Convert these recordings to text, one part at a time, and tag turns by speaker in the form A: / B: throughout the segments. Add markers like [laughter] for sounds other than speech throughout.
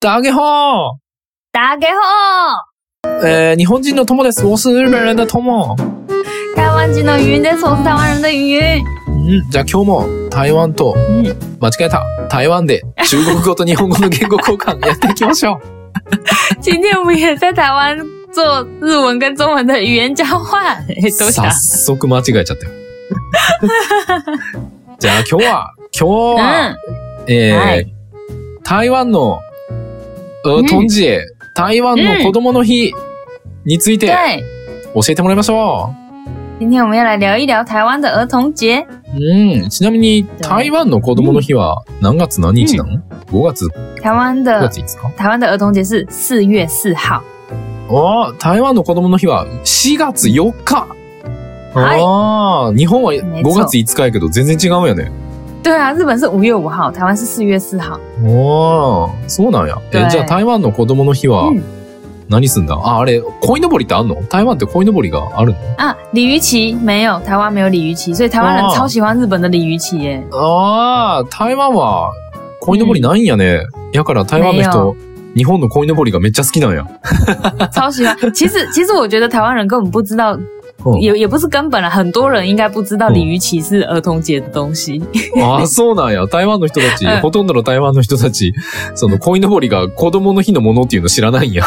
A: 打给后，
B: 打给后。
A: 呃，日本人の友です。我是日本人的 Tomo。
B: 台湾人の云です。我是台湾人的云云。
A: うん、じゃあ今日も台湾と、
B: 嗯
A: 間違えた、台湾で中国語と日本語の言語交換やっていきまし [laughs] ょう。
B: 今天我们也在台湾做日文跟中文的语言交换。哎，都想
A: 早速間違えち [laughs] ゃったよ。じゃあ今日は、今日は、
B: 嗯，
A: えー
B: はい
A: 台湾の、
B: う
A: うんん、トンジエ、台湾の子供の日について
B: 对。
A: 教えてもらいましょ
B: 今天我们要来聊一聊台湾的儿童节。
A: う。うん、ちなみに台湾の子供の日は何月何日なの、?5 月、
B: 台湾
A: 5
B: 的
A: 月いつか
B: 台湾的儿童节是四月四号。
A: ああ、台湾の子供の日は4月4日。
B: はい
A: ああ、日本は5月5日やけど全然違うんやね。
B: 对啊，日本是五月五号，台湾是四月四号。
A: おーそうなんや。え
B: はい
A: じゃあ台湾の子供の日は
B: うん
A: 何すんだ、あ、あれ、鯉のぼりってあんの台湾って鯉のぼりがあるの
B: 啊，鲤鱼旗没有，台湾没有鲤鱼旗，所以台湾人
A: 哦
B: 超喜欢日本的鲤鱼旗耶。
A: ああ、台湾は鯉のぼりないんやね。やから台湾の人、日本の鯉のぼりがめっちゃ好きなんや。
B: 超喜 [laughs] 欢。其实，其实我觉得台湾人根本不知道，
A: うん
B: 也也不是根本了，很多人应该不知道鲤鱼旗是儿童节的东西。 [laughs]
A: ああ、そうなんや。台湾の人たち
B: うん、
A: ほとんどの台湾の人たち、その鯉のぼりが子供の日のものっていうの知らないんや。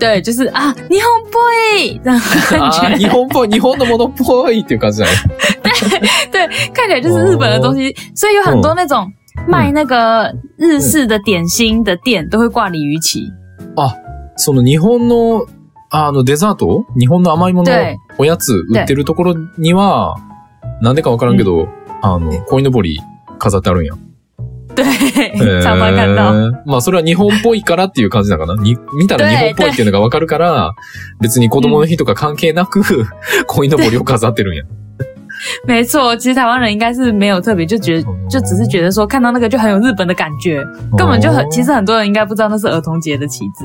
B: 对，就是啊，霓虹 boy 这样的
A: あ
B: 感
A: ー日
B: 觉，
A: 本っぽい、日本のものっぽいっていう感じだね。
B: [laughs] 看起来就是日本的东西，所以有很多那种卖那个日式的点心的店都会挂鲤鱼旗。
A: その日本の、あの、デザート日本の甘いもの
B: 对、
A: おやつ売ってるところには、なんでかわからんけど、あの、鯉のぼり飾ってあるんや。
B: 对，
A: 嗯
B: [laughs] 常常看到。
A: へーまあ、それは日本っぽいからっていう感じだから、に見たら日本っぽいっていうのがわかるから、別に子供の日とか関係なく、 [laughs] 鯉のぼりを飾ってるんや。
B: 没错，其实台湾人应该是没有特别就觉得，就只是觉得说看到那个就很有日本的感觉，根本就
A: 哦
B: 很，其实很多人应该不知道那是儿童节的旗帜。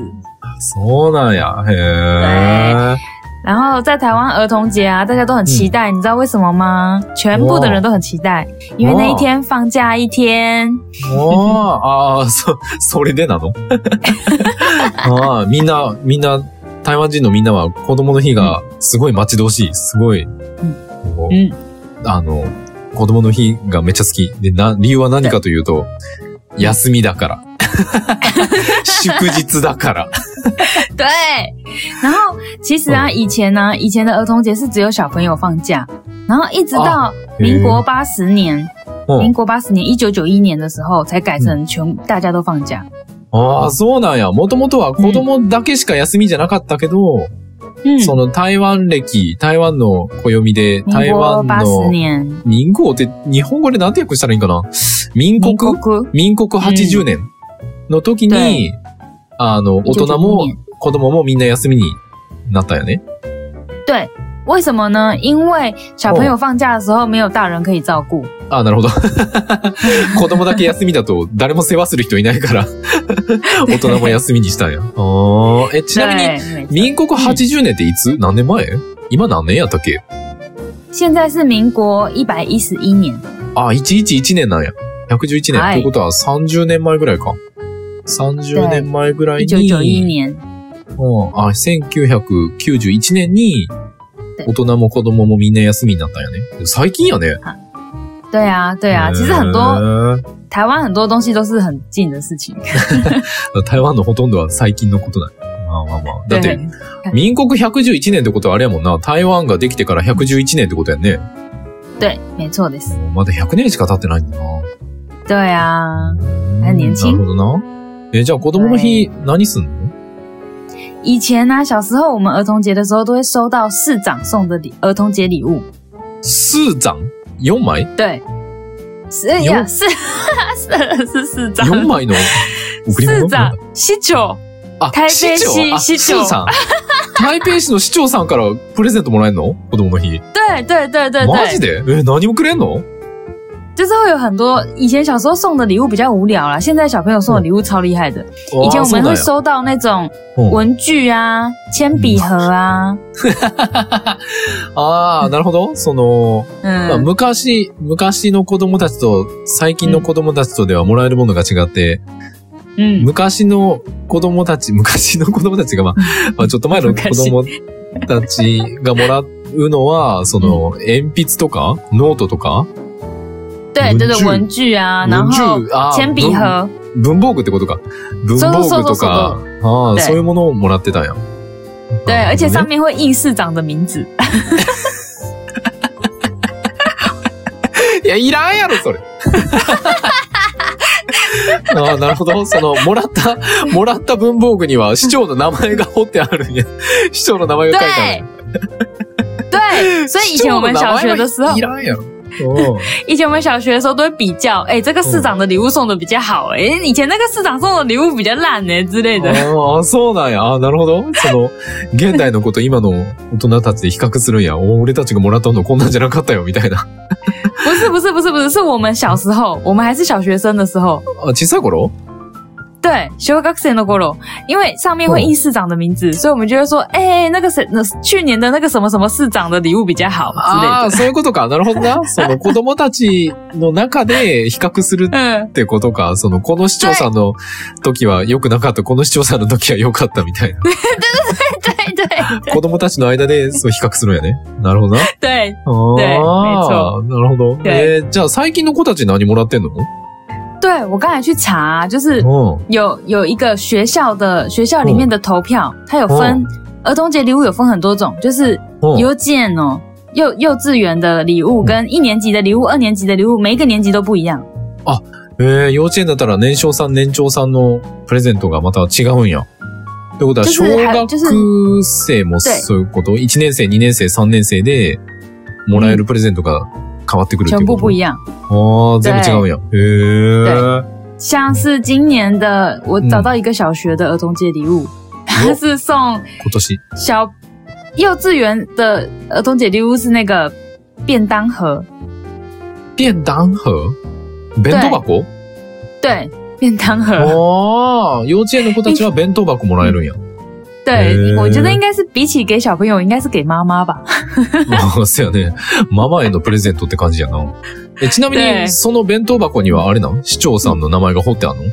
A: そうなんや。へえ。
B: 然后在台湾儿童节啊，大家都很期待，你知道为什么吗？全部的人都很期待，因为那一天放假一天。
A: おー、ああ、そ、それでなの [laughs] ああ、みんな、みんな、台湾人のみんなは子供の日がすごい待ち遠しい。すごい。こう
B: うん
A: あの、子供の日がめっちゃ好き。で、な、理由は何かというと、休みだ
B: [laughs]
A: から。祝日だから。
B: 对，然后其实啊，以前呢、以前的儿童节是只有小朋友放假，然后一直到民国八十年，
A: う
B: 民
A: ん
B: 国八十年一九九一年的时候才改成全大家都放假。
A: ああ、そうなんや。もともとは子供だけしか休みじゃなかったけど、
B: 嗯，
A: その台湾歴、台湾の暦で、台
B: 民国
A: 湾
B: 八十
A: の
B: 年，
A: 民国って日本語で何て訳したらいいんかな民
B: 民
A: 国
B: 国
A: 民国80年の時に、あの、大人も
B: 1991年
A: 子供もみんな休みになったよね。
B: 对，为什么呢？因为小朋友放假的时候没有大人可以照顾。
A: あ
B: [laughs]
A: なるほど。子供だけ休みだと誰も世話する人いない
B: [laughs]
A: から、大人も休みにしたんや。あーえ、ちなみに、
B: 对，
A: 民国80年っていつ何年前今何年やったっけ
B: 现在是民国一百一十一年。
A: あ、111年なんや。111年。
B: はい
A: ということは30年前ぐらいか。30年前ぐらい
B: 一
A: に。
B: 九九一年。
A: うんあ、1991年に、大人も子供もみんな休みになったんやね。最近やね。
B: 对啊，对啊，其实很多
A: 多。
B: 台湾很多东西都是很近的事情。
A: 台湾のほとんどは最近のことだ。まあまあまあ。だっ
B: 对
A: て、民国111年ってことはあれやもんな。台湾ができてから111年ってことやんね。
B: 对，没错的是。
A: まだ100年しか経ってないんだな。
B: 对啊，
A: あ
B: あ年
A: な
B: 轻
A: るほどな。え、じゃあ子供の日何すんの
B: 以前呢、小时候我们儿童节的时候都会收到市长送的礼儿童节礼物。
A: スーザン ?4 枚
B: 对，是呀，是 [laughs] 是是市长。
A: ?4 枚の贈り物
B: 市长西九。
A: あ、
B: 台北市
A: 長あ
B: 市長
A: 市
B: [laughs]
A: さん。台北市の市長さんからプレゼントもらえるの子供の日。
B: 对对对对
A: マ
B: 对
A: ジ。でえ、何をくれんの
B: 就是会有很多以前小时候送的礼物比较无聊啦，现在小朋友送的礼物超厉害的。以前我们会收到那种
A: うん
B: 文具啊、铅笔盒啊，
A: ああ、なるほど。その、まあ、
B: 嗯，
A: 昔、昔の子供たちと最近の子供たちとではもらえるものが違って、
B: 嗯，
A: 昔の子供たち、 [laughs] 昔の子供たちが、まあ、まあちょっと前の子供たちがもらうのは、その、鉛筆とか、ノートとか、
B: 对，
A: 文
B: 对对，
A: 具
B: 文具啊，然
A: 文具
B: 后
A: 啊
B: 铅笔盒，
A: 文房具ってことか。文
B: そう
A: 房
B: そ
A: 具
B: うそう
A: と
B: そう
A: か、ああ、
B: 对
A: そういうものをもらってたんや。
B: 对，
A: ああ
B: 而且上
A: ね
B: 面会印市长的
A: [laughs]
B: 名字。
A: いや、いらんやろ、
B: [laughs]
A: それ。ああ、なるほど。その、もらった、もらった文房具には、市長の名前が彫ってあるん
B: [laughs]
A: や。市長の名前が書いてあるんや。
B: 对，所以以前我们小学的
A: [laughs]
B: 时候
A: い，らんやろ。
B: [laughs]
A: おう
B: 以前我们小学的时候都会比较，哎、这个市长的礼物送的比较好、哎、以前那个市长送的礼物比较烂、哎之类的。
A: ああ、そうなんや。ああ、なるほど。その、現代の子と今の大人たちで比較するんや。お俺たちがもらったのこんなんじゃなかったよ、みたいな。
B: 不是不是不是不是，是我们小时候，我们还是小学生的时候，
A: あ小さい頃
B: 对，修学生的过了，因为上面会印市长的名字，所以我们就会说，哎、那个谁，那去年的那个什么什么市长的礼物比较好之类
A: あ
B: 的。
A: あ、そういうことか。なるほど [laughs] な。その子供たちの中で比較する
B: 嗯
A: っ，てことか、その、この市長さんの時は良くなかった、この市長さんの時は良かったみたい [laughs] な。
B: [laughs] 对对
A: 子供たちの間でそう比較するんやね。なるほど [laughs] な。
B: [laughs] 对，
A: ああ、なるほど。
B: 对
A: えー、じゃあ最近の子たち何もらってんの
B: 对我刚才去查，就是
A: うん。
B: 有有一个学校的学校里面的投票，它有分、儿童节礼物有分很多种，就是
A: うん。
B: 邮件哦哦，嗯幼幼稚园的礼物跟一年级的礼物、二年级的礼物，每一个年级都不一样。
A: えー、幼稚園だったら年少さん、年長さんのプレゼントがまた違うんや。ってことは、
B: 就是
A: 小
B: 还就是
A: 学生も
B: 对
A: そういうこと ?1 年生、2年生、3年生でもらえるプレゼントが変わってくるって
B: 全
A: いう
B: 部
A: こと
B: 不一样，
A: ああ、全部違うんや。へえ。
B: 像是今年的，我找到一个小学的儿童节礼物，它是送
A: 今年。
B: 小幼稚园的儿童节礼物是那个便当盒，
A: 便当盒弁当箱
B: 对，便当盒。
A: 哦ああ、幼稚園の子たちは弁当箱もらえるんや。
B: 对，
A: 嗯
B: 我觉得应该是比起给小朋友，应该是给妈妈吧。
A: まあ、 [laughs] そうやね。ママへのプレゼントって感じやな。えちなみ
B: で
A: に、その弁当箱にはあれなの市長さんの名前が彫ってあるの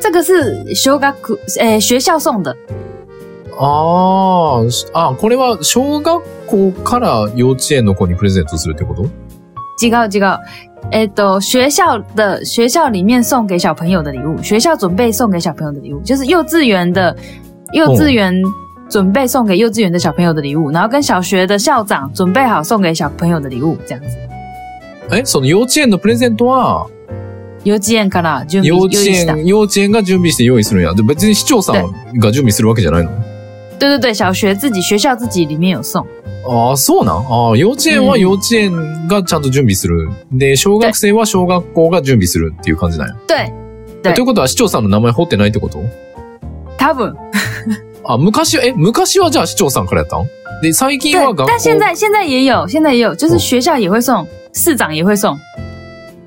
B: 这个是修改库，诶、学校送的。
A: あーしあ、これは小学校から幼稚園の子にプレゼントするってこと
B: 几个几个，诶，都学校的学校里面送给小朋友的礼物，学校准备送给小朋友的礼物，就是幼稚园的幼稚园准备送给幼稚园的小朋友的礼物，然后跟小学的校长准备好送给小朋友的礼物，这样子。
A: え、その幼稚園のプレゼントは、
B: 幼稚園から準備
A: 幼
B: 用
A: 稚
B: 意した。
A: 園、幼稚園が準備して用意するんや。で別に市長さんが準備するわけじゃないの
B: 对对对，小学自己学校自己里面有送。
A: ああ、そうなんああ、幼稚園は幼稚園がちゃんと準備する。で、小学生は小学校が準備するっていう感じなんや。
B: 对，
A: ということは市長さんの名前彫ってないってこと
B: 他们
A: あ、昔は、え、昔はじゃあ市長さんからやったんで、最近は
B: 对
A: 学校。，
B: 但现在现在也有，现在也有，就是学校也会送，市长也会送。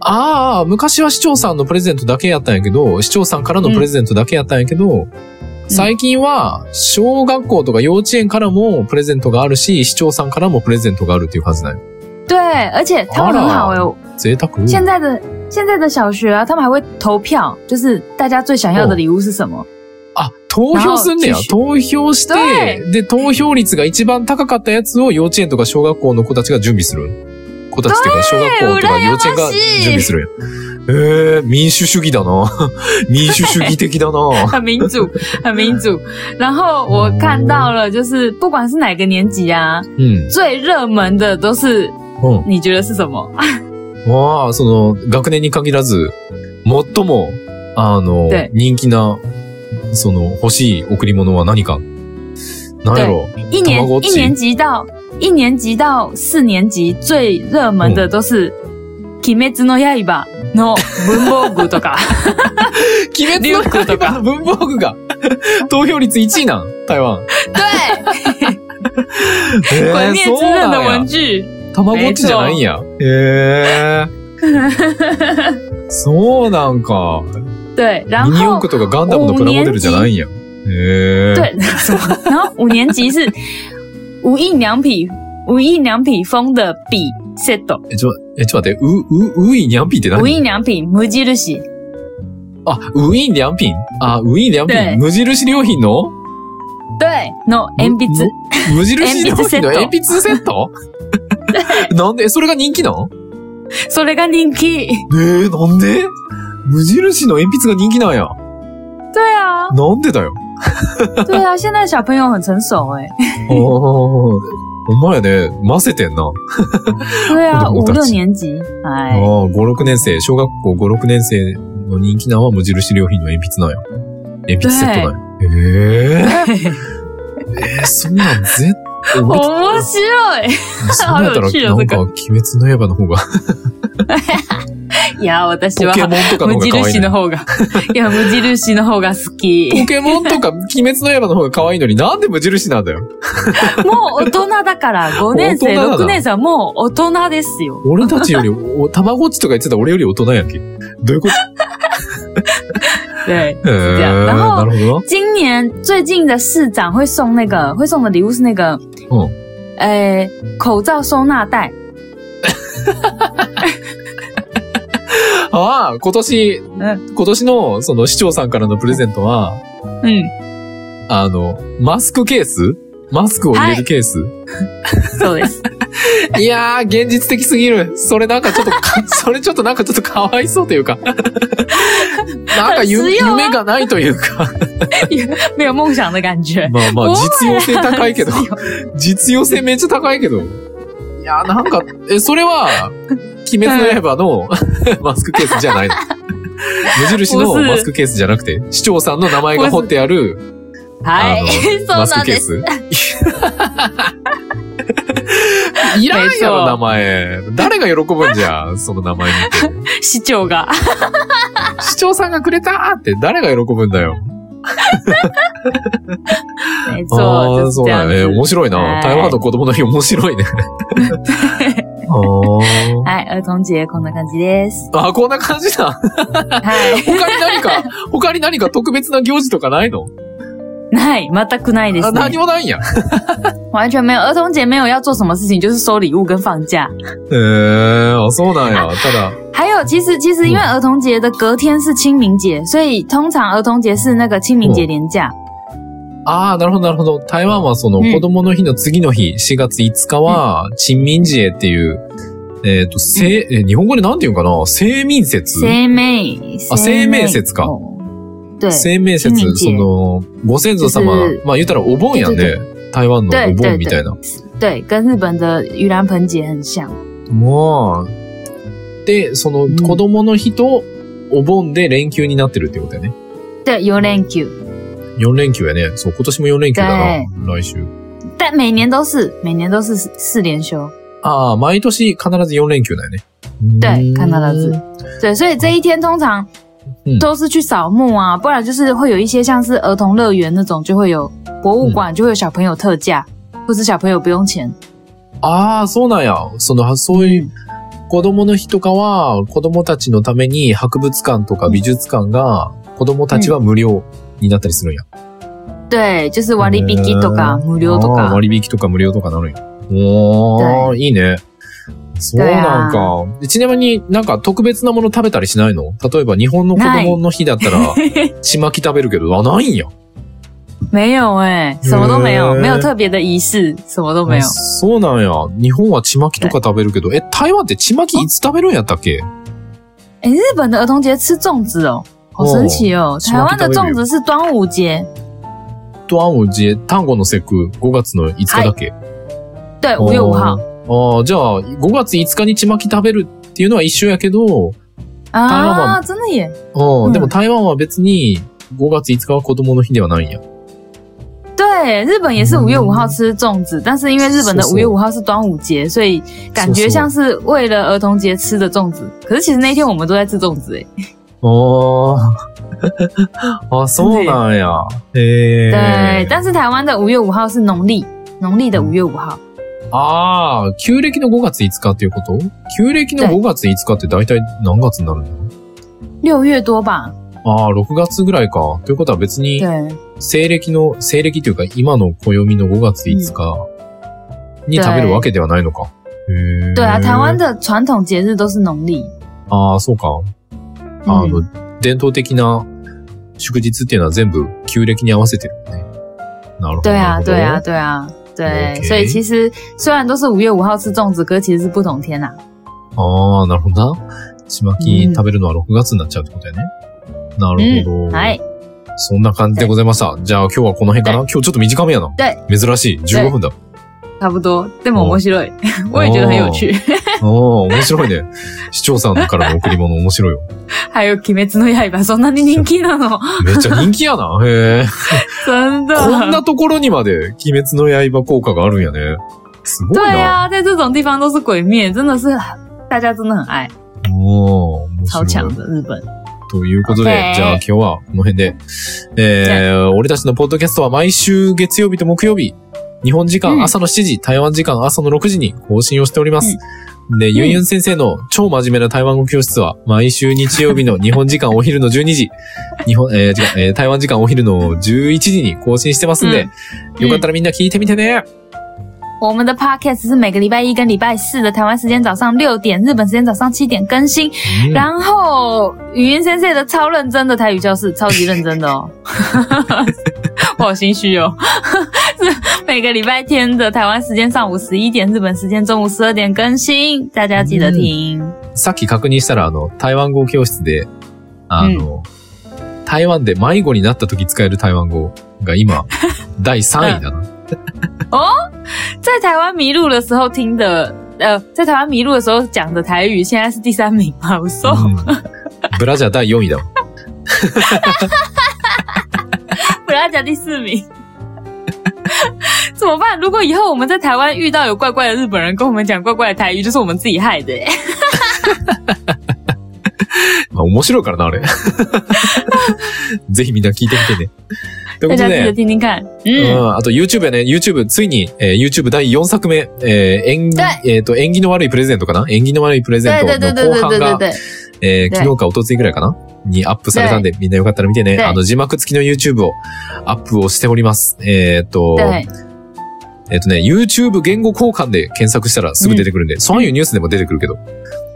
A: ああ、昔は市長さんのプレゼントだけやったんやけど、市長さんからのプレゼントだけやったんやけど、最近は小学校とか幼稚園からもプレゼントがあるし、市長さんからもプレゼントがあるっていう感じなんや。
B: 对，而且他们很好哎、
A: 啊贅沢。
B: 现在的现在的小学啊，他们还会投票，就是大家最想要的礼物是什么？
A: あ、投票すんねや
B: あ自。主
A: 投票し
B: は
A: て、で、投票率が一番高かったやつを幼稚園とか小学校の子たちが準備する。子たちっていうか、小学校とか幼稚園が準備するんや。えー、民主主義だな。 [laughs] 民主主義的だな。 [laughs]
B: 很民 [laughs] 主，很民主。然后我看到了，就是不管是哪个年级啊，
A: うん。
B: 最热门的都是
A: うん。
B: 你觉得是什么？
A: わあ、その、学年に限らず、最も、あの
B: で、
A: 人気な、その、欲しい贈り物は何か。何やろ
B: 一年
A: 国
B: 一
A: 旗
B: 年级到一年级到四年级最热门
A: 嗯
B: 的都是《鬼滅の刃》の文房
A: [laughs]
B: 具とか。
A: 鬼滅の刃と
B: [laughs]
A: か文房具が、投票率1位なん、台湾。
B: 对。
A: [laughs] え
B: 鬼灭之刃的文
A: 具。
B: 具。
A: たまごっちじゃないんや。へえ。
B: [laughs]
A: そうなんか。
B: 对，然
A: ミニ四
B: 后
A: 駆とかガンダムのプラモデルじゃないんや。へえ。
B: 对 [laughs] 什么？然后五年级是无印良品，无印良品风的笔 set，
A: 嗯え、ちょ、え、ちょっと待って、う、う、ういにゃんぴって
B: 无
A: 何
B: 印良品無印
A: 啊，无印良品啊，无印良
B: 对
A: 品無印良品の
B: 对，no
A: 嗯
B: 鉛筆，
A: 無無印良品の鉛
B: 鉛
A: 筆セット [laughs] なんでそれが人気なん
B: それが人気。
A: えー、なんで無印の鉛筆が人気なんや。
B: 对啊，
A: なんでだよ。
B: 对啊，现在小朋友很成熟哎、
A: おおお前ね、混ぜてんな。
B: 对啊，
A: 我哦懂
B: 五
A: 我懂
B: 六年级，哎， [laughs]
A: ああ、5、6年生、小学校5、6年生の人気なのは無印良品の鉛筆なんや。鉛筆セットなんや。ええー、そんなん絶対、俺、
B: 面白い。
A: そんなんやったら、
B: 面白い
A: なんか、鬼滅の刃の方が、
B: [laughs] いや、私
A: ポ
B: は
A: ケモンとかの方
B: 無
A: が可愛い
B: 印
A: のに。
B: の方が、いや、無印の方が好き。
A: ポケモンとか、鬼滅の刃の方が可愛いのに、なんで無印なんだよ。
B: もう大人だから、5
A: 大
B: 年生、
A: 人だな
B: 6年生はもう大人ですよ。
A: 俺たちより、
B: [laughs]
A: お、たまごっちとか言ってた俺より大人やんけ。どういうこと
B: 对。
A: えー、
B: じゃあ然
A: な
B: 後
A: るほどな。
B: 今年最近的市长会送那个，会送的礼物是那个，
A: 嗯，
B: 呃，口罩收纳袋。
A: ああ、今年、
B: ん
A: 今年の、その、市長さんからのプレゼントは、
B: 嗯，
A: あの、マスクケースマスクを入れるケース、
B: そうです。
A: い、やー、現実的すぎる。それなんかちょっと
B: [laughs]
A: か、それちょっとなんかちょっとかわいそうというか。なんかゆ
B: 強い
A: 夢がないというか。
B: 没有梦想的感觉。
A: [laughs] まあまあ、実用性高
B: [laughs]
A: いけど、
B: すよ
A: 実用性めっちゃ高いけど。いやー、なんか、え、それは、鬼滅の刃のマスクケースじゃないの。無印の
B: ボス
A: マスクケースじゃなくて、市長さんの名前が彫ってある、
B: は
A: あ
B: い
A: の、
B: そう
A: マス
B: な
A: ク
B: ん
A: ケー
B: です。
A: ス。いらんやろ、名前。誰が喜ぶんじゃ、その名前見て。
B: 市長が。
A: 市長さんがくれたーって誰が喜ぶんだよ。
B: 没
A: あ
B: 错，
A: ー
B: 就是
A: そう
B: 这
A: だ
B: 样
A: ね。
B: 子。
A: 面白い
B: は
A: な。
B: い
A: 台湾の子供の日面白いね。あー
B: はい、儿童节こんな感じです。
A: あー、こんな感じだ。
B: はい。
A: 他に何 [laughs] か、他に何か特別な行事とかないの
B: [laughs] ない、全くないです
A: あ何
B: ね。
A: もないんや。
B: 完全没有。儿童节没有要做什么事情，就是收礼物跟放假。
A: へえ、あ、そうなんや。ただ、
B: 还有，其实其实因为儿童节的隔天是清明节，所以通常儿童节是那个清明节连假。
A: ああ、なるほど、なるほど。台湾はその
B: うん
A: 子供の日の次の日、4月5日は、陳民節っていう、えっ、と、せ、え日本語でなんて言うんかな清民節
B: 清明，
A: あ清明節か
B: 哦对
A: 清明節
B: 清
A: そ
B: 明、節
A: の、ご先祖様
B: 就是、
A: まあ言ったらお盆やん
B: 对
A: で、台湾の
B: 对
A: お
B: 对
A: 盆みたいな。
B: 对，跟日本的盂兰盆节很像。
A: まあ、で、その
B: ん
A: 子供の日とお盆で連休になってるってことやね。
B: 对 y o l a n Q，
A: 4連休やね。そう、今年も4連休だな、来週。
B: 但每年都是每年都是四四连休。
A: ああ、毎年必ず4連休だよね。
B: 对
A: うーん
B: 必ず对，所以这一天通常
A: 嗯
B: 都是去扫墓啊，不然就是会有一些像是儿童乐园那种，就会有博物馆就会有小朋友特价，或是小朋友不用钱。
A: ああ、そうなんや。その、そういう、子供の日とかは、子供たちのために博物館とか美術館が、子供たちは無料になったりするんや。
B: 对，就是瓦利比基と
A: 嗯
B: か無料と
A: あー
B: か。
A: 割引とか無料とかなるんや。おー、いいね。そうなん
B: だ
A: か。でちなみになんか特別なもの食べたりしないの例えば日本の子供の日だったら、ちまき食べるけど、あ、ないんや。
B: 没有哎、什么都没有，
A: へー
B: 没有特别的仪式，什么都没有
A: あ。そうなんや。日本はちまきとか食べるけど、え、台湾ってちまきいつ食べるんやったっけ
B: 哎、日本的儿童节吃粽子哦，好神奇哦！
A: 哦
B: 台湾的粽子是端午节，
A: とあんおじえ、単語の節句、5月の5日だっけ、哦
B: 对，五月五号。
A: ああ、じゃあ、5月5日にちまき食べるっていうのは一緒やけど、台湾
B: 啊，
A: 吗
B: 真的耶！
A: うん、
B: うん
A: でも台湾は別に5月5日は子供の日ではないんや。
B: 对，日本也是
A: 嗯
B: 五月五号吃粽子，但是因为日本的
A: 是是
B: 五月五号是端午节，所以感觉像是为了儿童节吃的粽子。
A: 嗯
B: 可是其实那天我们都在吃粽子哎。
A: あ [laughs] あ。あ、そうなんや。へ
B: 对
A: え。，
B: 但是台湾的五月五号是农历，农历的五月五号。
A: ああ、旧暦の5月5日っていうこと旧暦の5月5日って大体何月になるの嗯
B: 六月多吧？
A: ああ、6月ぐらいか。ということは別に
B: 对，
A: 西暦の、西暦というか今の暦の5月5日に食べるわけではないのか。へえ。
B: 对啊，台湾的传统节日都是农历。
A: ああ、そうか。あ
B: 嗯
A: の、伝統的な祝日っていうのは全部旧暦に合わせてるね。なるほど。
B: 对啊，对
A: な
B: 啊，
A: るほど。
B: 对啊，对
A: OK
B: 所以其实虽然都是五月五号吃粽子，可是其实是不同天啊呐、
A: ああ、なるほどな。ちまき食べるのは6月になっちゃうってことやね。なるほど。
B: はい。
A: そんな感じでございました。じゃあ今日はこの辺かな今日ちょっと短めやな。
B: 对
A: 珍しい。15分だ。
B: 差不多。でも
A: 哦
B: 面白い。 [laughs] 我也觉得很有趣。
A: ああ、面白い [laughs] ね。市長さんからの贈り物面白いよ。
B: 还有《鬼滅の刃》，そんなに人気なの？
A: めっちゃ人気やな。へえ。
B: [laughs] 真的。
A: こんなところにまで鬼滅の刃効果があるんやね。すごい
B: 对
A: な。
B: 啊，在这种地方都是鬼灭，真的是大家真的很爱，
A: おー面
B: 超
A: 白
B: 强
A: い。
B: 的日本。
A: ということで、
B: OK
A: じゃあ今日はこの辺で。えー、俺たちのポッドキャストは毎週月曜日と木曜日、日本時
B: うん
A: 間朝の7時、台湾時間朝の6時に更新をしております。で、ゆんゆん先生の超真面目な台湾語教室は、毎週日曜日 [laughs] の日本時間お昼の12時、日本、えー違うえー台湾時間お昼の11時に更新してますんで、
B: うん
A: よかったらみんな聞いてみてね。
B: 我们的 podcast 是每个礼拜一跟礼拜四的台湾时间早上六点，日本时间早上七点更新。
A: うん
B: 然后语音先生的超认真的台语教室，超级认真的哦， [laughs] 我好心虚哦。 [laughs] 是每个礼拜天的台湾时间上午十一点，日本时间中午十二点更新，大家记得听。
A: さっき確認したら、あの、台湾語教室で、あの、台湾で迷子になった時使える台湾語が [laughs] 今、第3位だな。
B: 在台湾迷路的时候听的，呃，在台湾迷路的时候讲的台语，现在是第三名嘛？我说、
A: うんブラジャー第4位だわ。
B: 不要讲第四名。 [laughs] 怎么办？如果以后我们在台湾遇到有怪怪的日本人跟我们讲怪怪的台语，就是我们自己害的欸耶。
A: まあ、面白いから [laughs] な、あれ。ぜひみんな聞いてみてね。という
B: [laughs] 大
A: こと
B: 家记
A: で、
B: 得听听看。
A: う
B: 嗯，
A: ん、あと YouTube やね、YouTube、ついに、えー YouTube 第4作目、えー、縁起
B: は、
A: えっ、と、縁起の悪いプレゼントかな縁起の悪いプレゼン
B: 对
A: トの
B: 对对对
A: 後
B: 对
A: 半
B: 对对
A: が、
B: 对。
A: えー
B: 对
A: 昨日か一昨日ぐらいかなにアップされたんで、みんなよかったら見てね。
B: 对
A: あの、字幕付きの YouTube をアップをしております。えーっと、
B: 对，
A: えーっとね、YouTube 言語交換で検索したらすぐ出てくるんで、そういうニュースでも出てくるけど。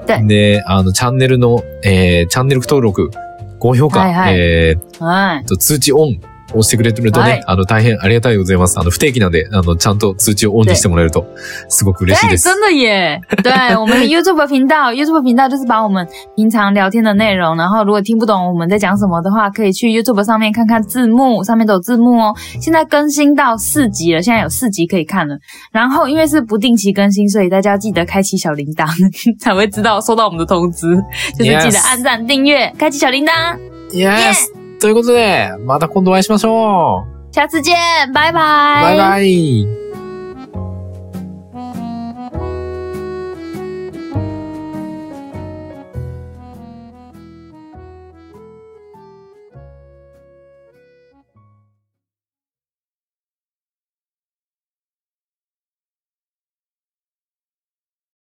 B: 对
A: で、あの、チャンネルの、えーチャンネル登録、高評価、
B: はいはい
A: えー
B: 哎
A: っ，と、通知オン。をしてくれてるとね、
B: はい
A: あの、大変ありがたいございます。あの、不定期なんで、あの、ちゃんと通知をオンにしてもらえると、すごく嬉しい
B: 对，
A: です。
B: 真的耶！对 [laughs] 我们的 YouTube 频道，YouTube 频道就是把我们平常聊天的内容，然后如果听不懂我们在讲什么的话，可以去 YouTube 上面看看字幕，上面都有字幕哦。现在更新到四集了，现在有四集可以看了。然后因为是不定期更新，所以大家记得开启小铃铛，才会知道收到我们的通知。就是记得
A: Yes
B: 按赞、订阅、开启小铃铛。
A: Yes! ということで、また今度お会いしましょう
B: 下次见，拜拜，
A: バイバイ